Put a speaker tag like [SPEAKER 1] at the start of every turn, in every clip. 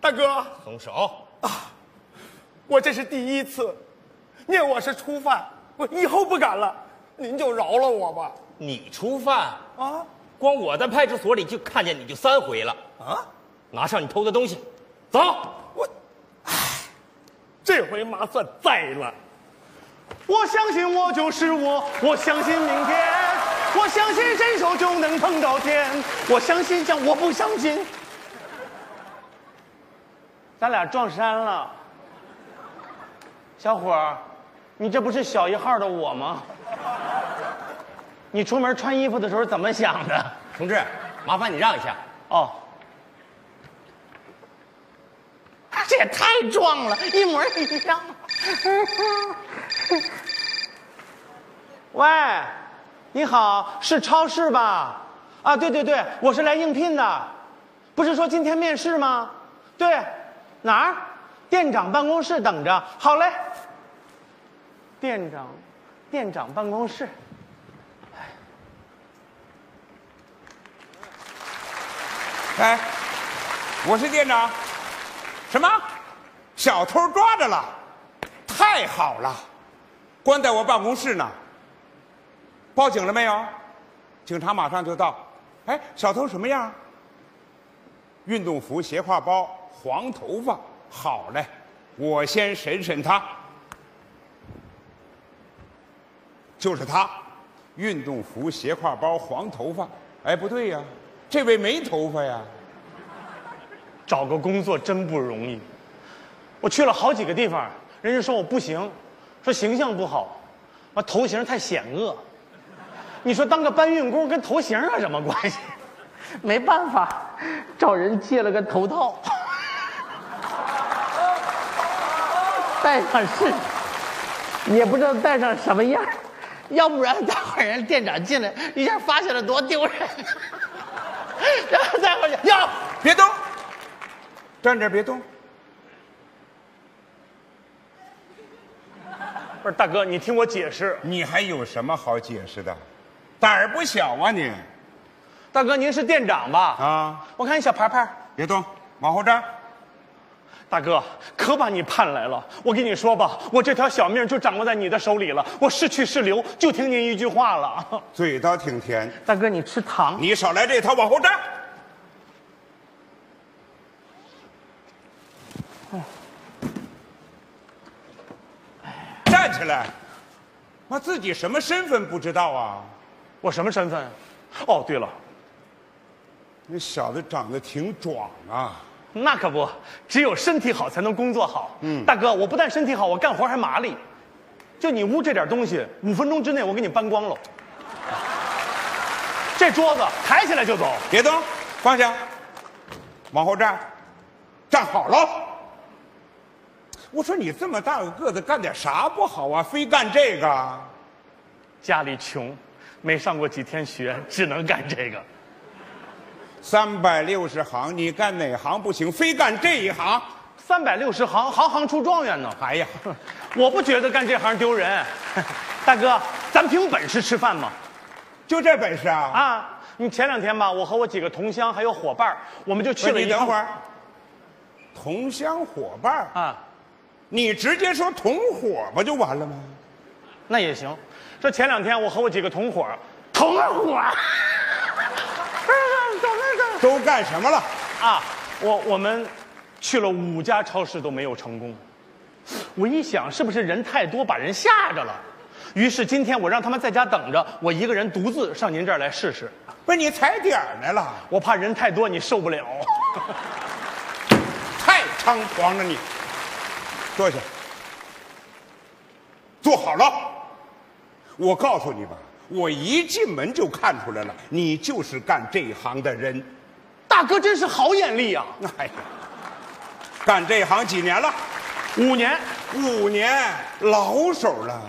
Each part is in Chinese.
[SPEAKER 1] 哥，
[SPEAKER 2] 松手！
[SPEAKER 1] 我这是第一次，念我是初犯，我以后不敢了，您就饶了我吧。
[SPEAKER 2] 你初犯，
[SPEAKER 1] 啊
[SPEAKER 2] 光我在派出所里就看见你就三回了。
[SPEAKER 1] 啊，
[SPEAKER 2] 拿上你偷的东西，走！
[SPEAKER 1] 我，唉，这回麻算在了。
[SPEAKER 3] 我相信我就是我，我相信明天，我相信伸手就能碰到天，我相信将我不相信。咱俩撞衫了，小伙儿，你这不是小一号的我吗？你出门穿衣服的时候怎么想的？
[SPEAKER 2] 同志，麻烦你让一下。
[SPEAKER 3] 哦，
[SPEAKER 4] 啊这也太壮了，一模一样。
[SPEAKER 3] 喂，你好，是超市吧？啊，对对对，我是来应聘的，不是说今天面试吗？对，哪儿？店长办公室等着。好嘞，店长，店长办公室。
[SPEAKER 5] 哎，我是店长。什么？小偷抓着了？太好了，关在我办公室呢。报警了没有？警察马上就到。哎，小偷什么样？运动服、斜挎包、黄头发。好嘞，我先审审他。就是他，运动服、斜挎包、黄头发。哎，不对呀，这位没头发呀。
[SPEAKER 3] 找个工作真不容易。我去了好几个地方，人家说我不行，说形象不好，我头型太险恶。你说当个搬运工跟头型有什么关系？
[SPEAKER 4] 没办法，找人借了个头套， 戴上试试，也不知道戴上什么样儿，要不然待会儿人店长进来一下发现了多 丢人。然后待会儿就呀，
[SPEAKER 5] 别动，站这儿别动。
[SPEAKER 3] 不是大哥，你听我解释。
[SPEAKER 5] 你还有什么好解释的？胆儿不小啊你！
[SPEAKER 3] 大哥，您是店长吧？
[SPEAKER 5] 啊，
[SPEAKER 3] 我看你小牌牌。
[SPEAKER 5] 别动，往后站。
[SPEAKER 3] 大哥，可把你盼来了。我跟你说吧，我这条小命就掌握在你的手里了。我是去是留，就听您一句话了。
[SPEAKER 5] 嘴倒挺甜，
[SPEAKER 4] 大哥你吃糖，
[SPEAKER 5] 你少来这套，往后站。站起来！妈，自己什么身份不知道啊？
[SPEAKER 3] 我什么身份？哦，对了，
[SPEAKER 5] 那小子长得挺壮啊！
[SPEAKER 3] 那可不，只有身体好才能工作好。嗯，大哥，我不但身体好，我干活还麻利。就你屋这点东西，五分钟之内我给你搬光喽。这桌子抬起来就走。
[SPEAKER 5] 别动，放下，往后站，站好了。我说你这么大个个子，干点啥不好啊？非干这个啊？
[SPEAKER 3] 家里穷，没上过几天学，只能干这个。
[SPEAKER 5] 三百六十行，你干哪行不行？非干这一行。
[SPEAKER 3] 三百六十行，行行出状元呢。
[SPEAKER 5] 哎呀，
[SPEAKER 3] 我不觉得干这行丢人， 大哥，咱凭本事吃饭嘛。
[SPEAKER 5] 就这本事啊？
[SPEAKER 3] 啊，你前两天吧，我和我几个同乡还有伙伴儿，我们就
[SPEAKER 5] 不是
[SPEAKER 3] 去了一
[SPEAKER 5] 你等
[SPEAKER 3] 趟
[SPEAKER 5] 会儿，同乡伙伴儿，
[SPEAKER 3] 啊，
[SPEAKER 5] 你直接说同伙不就完了吗？
[SPEAKER 3] 那也行。说前两天我和我几个同伙儿，同伙儿，怎么怎
[SPEAKER 5] 都干什么了？
[SPEAKER 3] 么啊？我我们去了五家超市都没有成功。我一想，是不是人太多把人吓着了？于是今天我让他们在家等着，我一个人独自上您这儿来试试。
[SPEAKER 5] 不是你踩点儿来了？
[SPEAKER 3] 我怕人太多你受不了。
[SPEAKER 5] 太猖狂了你！坐下，坐好了。我告诉你吧，我一进门就看出来了，你就是干这一行的人。
[SPEAKER 3] 大哥真是好眼力啊！
[SPEAKER 5] 哎呀，干这行几年了？
[SPEAKER 3] 五年
[SPEAKER 5] 五年，老手了，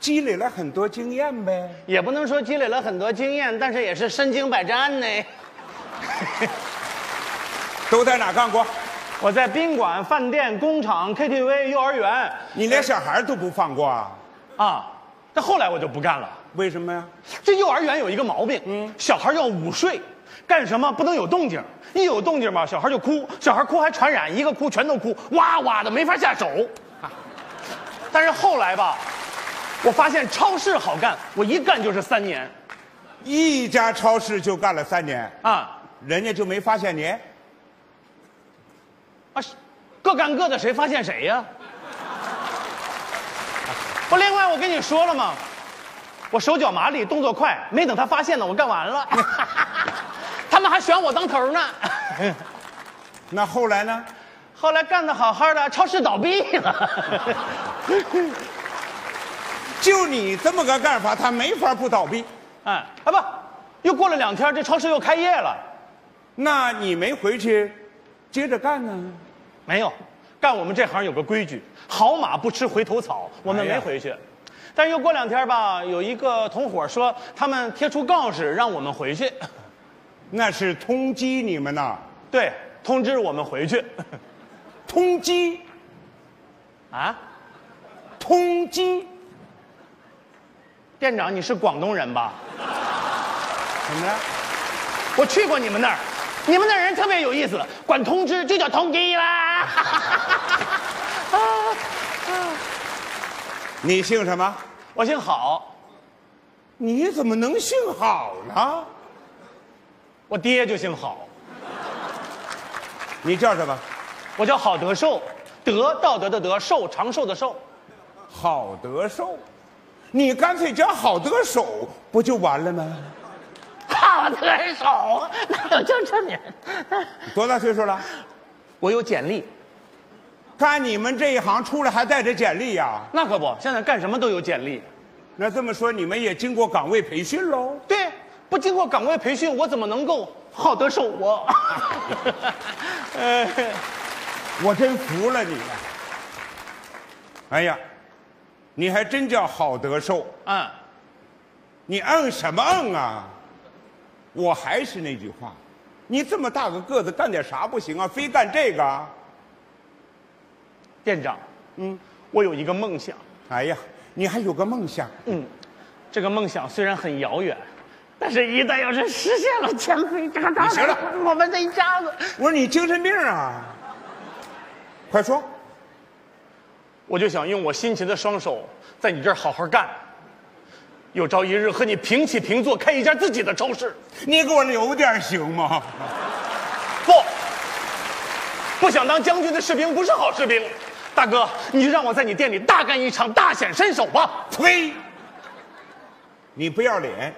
[SPEAKER 5] 积累了很多经验呗。
[SPEAKER 4] 也不能说积累了很多经验，但是也是身经百战呢。
[SPEAKER 5] 都在哪干过？
[SPEAKER 3] 我在宾馆、饭店、工厂、KTV、幼儿园
[SPEAKER 5] 你连小孩都不放过啊？
[SPEAKER 3] 啊，但后来我就不干了。
[SPEAKER 5] 为什么呀？
[SPEAKER 3] 这幼儿园有一个毛病，嗯，小孩要午睡，干什么不能有动静，一有动静吧，小孩就哭，小孩哭还传染，一个哭全都哭，哇哇的没法下手。啊但是后来吧，我发现超市好干，我一干就是三年
[SPEAKER 5] 一家超市就干了三年，
[SPEAKER 3] 啊
[SPEAKER 5] 人家就没发现你。
[SPEAKER 3] 啊，是各干各的，谁发现谁呀、不，另外我跟你说了吗？我手脚麻利，动作快，没等他发现呢，我干完了。 他们还选我当头呢。
[SPEAKER 5] 那后来呢？
[SPEAKER 3] 后来干得好好的，超市倒闭了。
[SPEAKER 5] 就你这么个干法，他没法不倒闭。
[SPEAKER 3] 哎，啊不，又过了两天，这超市又开业了。
[SPEAKER 5] 那你没回去，接着干呢？
[SPEAKER 3] 没有，干我们这行有个规矩，好马不吃回头草，我们
[SPEAKER 5] 哎呀
[SPEAKER 3] 没回去。但是又过两天吧，有一个同伙说他们贴出告示让我们回去，
[SPEAKER 5] 那是通缉你们呐，
[SPEAKER 3] 对，通知我们回去。
[SPEAKER 5] 通缉，
[SPEAKER 3] 啊，
[SPEAKER 5] 通缉，
[SPEAKER 3] 店长，你是广东人吧？
[SPEAKER 5] 怎么了？
[SPEAKER 3] 我去过你们那儿，你们那儿人特别有意思，管通知就叫通缉啦。
[SPEAKER 5] 你姓什么？
[SPEAKER 3] 我姓郝，
[SPEAKER 5] 你怎么能姓郝呢？
[SPEAKER 3] 我爹就姓郝。
[SPEAKER 5] 你叫什么？
[SPEAKER 3] 我叫郝德寿，德道德的德，寿长寿的寿。
[SPEAKER 5] 郝德寿，你干脆叫郝德手不就完了吗？
[SPEAKER 4] 好得手，哪有就这名？
[SPEAKER 5] 多大岁数了？
[SPEAKER 4] 我有简历，
[SPEAKER 5] 干你们这一行出来还带着简历呀？
[SPEAKER 3] 那可不，现在干什么都有简历。
[SPEAKER 5] 那这么说，你们也经过岗位培训喽？
[SPEAKER 3] 对，不经过岗位培训，我怎么能够好得手啊？呃，
[SPEAKER 5] 我真服了你了。哎呀，你还真叫郝德寿，
[SPEAKER 3] 嗯，
[SPEAKER 5] 你嗯什么嗯啊？我还是那句话，你这么大个个子，干点啥不行啊？非干这个啊？
[SPEAKER 3] 店长，嗯，我有一个梦想，
[SPEAKER 5] 哎呀，你还有个梦想，
[SPEAKER 3] 嗯，这个梦想虽然很遥远，
[SPEAKER 4] 但是一旦要是实现了，前非常大
[SPEAKER 5] 你行了
[SPEAKER 4] 我们这一家子。
[SPEAKER 5] 我说你精神病啊？ 快说，
[SPEAKER 3] 我就想用我辛勤的双手，在你这儿好好干。有朝一日和你平起平坐，开一家自己的超市。
[SPEAKER 5] 你给我留点行吗？
[SPEAKER 3] 不，不想当将军的士兵不是好士兵。大哥，你就让我在你店里大干一场，大显身手吧。
[SPEAKER 5] 呸！你不要脸，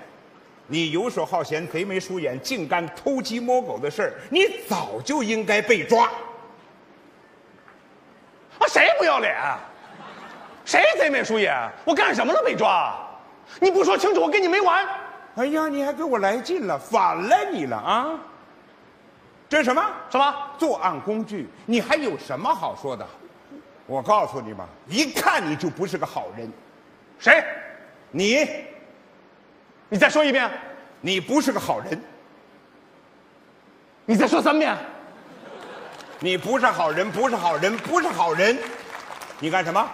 [SPEAKER 5] 你游手好闲、贼眉鼠眼，净干偷鸡摸狗的事儿，你早就应该被抓。
[SPEAKER 3] 啊，谁不要脸？谁贼眉鼠眼？啊我干什么了被抓？啊你不说清楚，我跟你没完。
[SPEAKER 5] 哎呀，你还给我来劲了，反了你了啊！这是什么
[SPEAKER 3] 什么？
[SPEAKER 5] 作案工具？你还有什么好说的？我告诉你吧，一看你就不是个好人，
[SPEAKER 3] 谁？
[SPEAKER 5] 你
[SPEAKER 3] 你再说一遍，啊
[SPEAKER 5] 你不是个好人，
[SPEAKER 3] 你再说三遍。啊
[SPEAKER 5] 你不是好人，不是好人，不是好人，你干什么？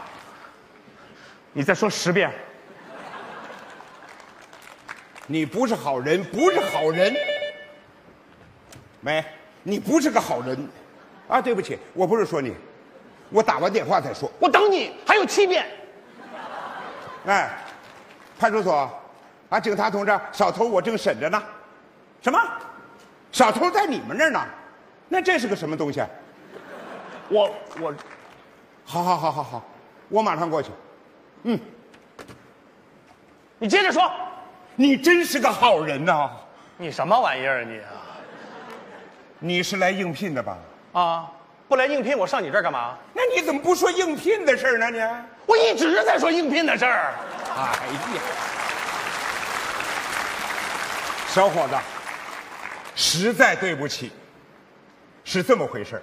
[SPEAKER 3] 你再说十遍，啊
[SPEAKER 5] 你不是好人，不是好人。没，你不是个好人。啊，对不起，我不是说你，我打完电话再说。
[SPEAKER 3] 我等你，还有七遍。
[SPEAKER 5] 哎，派出所，啊，警察同志，小偷我正审着呢。什么？小偷在你们那儿呢？那这是个什么东西？
[SPEAKER 3] 我我
[SPEAKER 5] 好好好好好，我马上过去。
[SPEAKER 3] 你接着说，
[SPEAKER 5] 你真是个好人呐、
[SPEAKER 3] 你什么玩意儿啊你
[SPEAKER 5] 你是来应聘的吧？
[SPEAKER 3] 啊？啊，不来应聘我上你这儿干嘛？
[SPEAKER 5] 那你怎么不说应聘的事儿呢？你？
[SPEAKER 3] 我一直在说应聘的事儿。
[SPEAKER 5] 哎呀，小伙子，实在对不起，是这么回事儿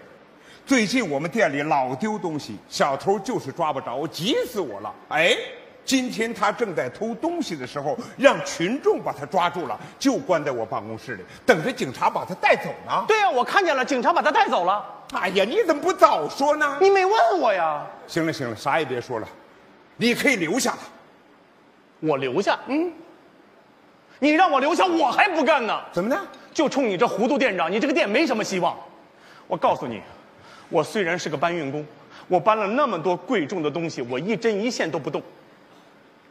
[SPEAKER 5] 最近我们店里老丢东西，小偷就是抓不着，急死我了。哎，今天他正在偷东西的时候，让群众把他抓住了，就关在我办公室里，等着警察把他带走呢。
[SPEAKER 3] 对呀、啊我看见了，警察把他带走了。
[SPEAKER 5] 哎呀，你怎么不早说呢？
[SPEAKER 3] 你没问我呀？
[SPEAKER 5] 行了行了，啥也别说了，你可以留下了。
[SPEAKER 3] 我留下。嗯，你让我留下，我还不干呢。
[SPEAKER 5] 怎么的？
[SPEAKER 3] 就冲你这糊涂店长，你这个店没什么希望。我告诉你，我虽然是个搬运工，我搬了那么多贵重的东西，我一针一线都不动。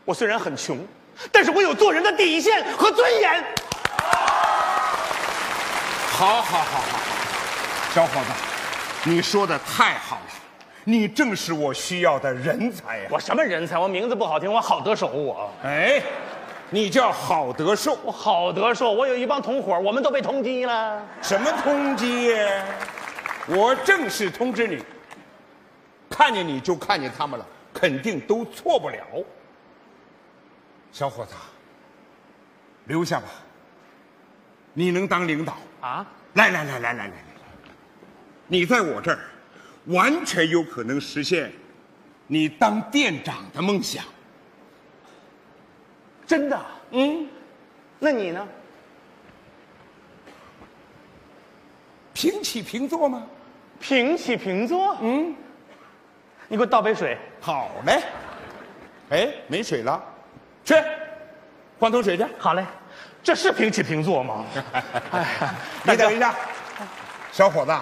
[SPEAKER 3] 我虽然很穷，但是我有做人的底线和尊严。
[SPEAKER 5] 好好好好好，小伙子，你说的太好了，你正是我需要的人才啊呀、
[SPEAKER 3] 我什么人才？我名字不好听，我好得手我。
[SPEAKER 5] 哎，你叫郝德寿，啊
[SPEAKER 3] 我好得手，我有一帮同伙，我们都被通缉了。
[SPEAKER 5] 什么通缉呀？我正式通知你，看见你就看见他们了，肯定都错不了。小伙子，留下吧，你能当领导。
[SPEAKER 3] 啊，
[SPEAKER 5] 来来来来来来，你在我这儿，完全有可能实现你当店长的梦想。
[SPEAKER 3] 真的？嗯，那你呢？
[SPEAKER 5] 平起平坐吗？
[SPEAKER 3] 平起平坐。嗯，你给我倒杯水。
[SPEAKER 5] 好嘞。哎，没水了，去换桶水去。
[SPEAKER 3] 好嘞，这是平起平坐 吗？哎，
[SPEAKER 5] 你等一下，小伙子，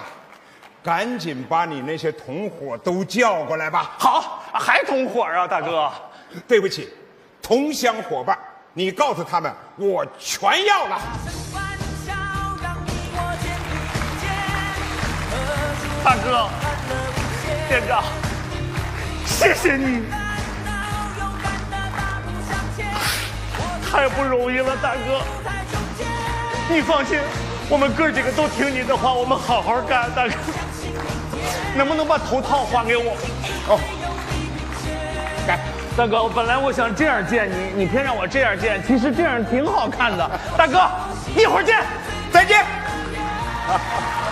[SPEAKER 5] 赶紧把你那些同伙都叫过来吧。
[SPEAKER 3] 好，还同伙啊，大哥。
[SPEAKER 5] 对不起，同乡伙伴，你告诉他们我全要了。
[SPEAKER 6] 欢笑让你我肩并肩，合作
[SPEAKER 3] 大哥，
[SPEAKER 6] 欢乐无限，
[SPEAKER 3] 店长，谢谢你，
[SPEAKER 6] 烦恼勇敢的大步向前，我
[SPEAKER 3] 太不容易了，大哥。
[SPEAKER 6] 走在中间，
[SPEAKER 3] 你放心，我们哥几个都听你的话，我们好好干，大哥。能不能把头套还给我？
[SPEAKER 5] 哦，来，
[SPEAKER 3] 大哥，我本来我想这样见你，你偏让我这样见，其实这样挺好看的。大哥，一会儿见。
[SPEAKER 5] 再见。
[SPEAKER 6] 我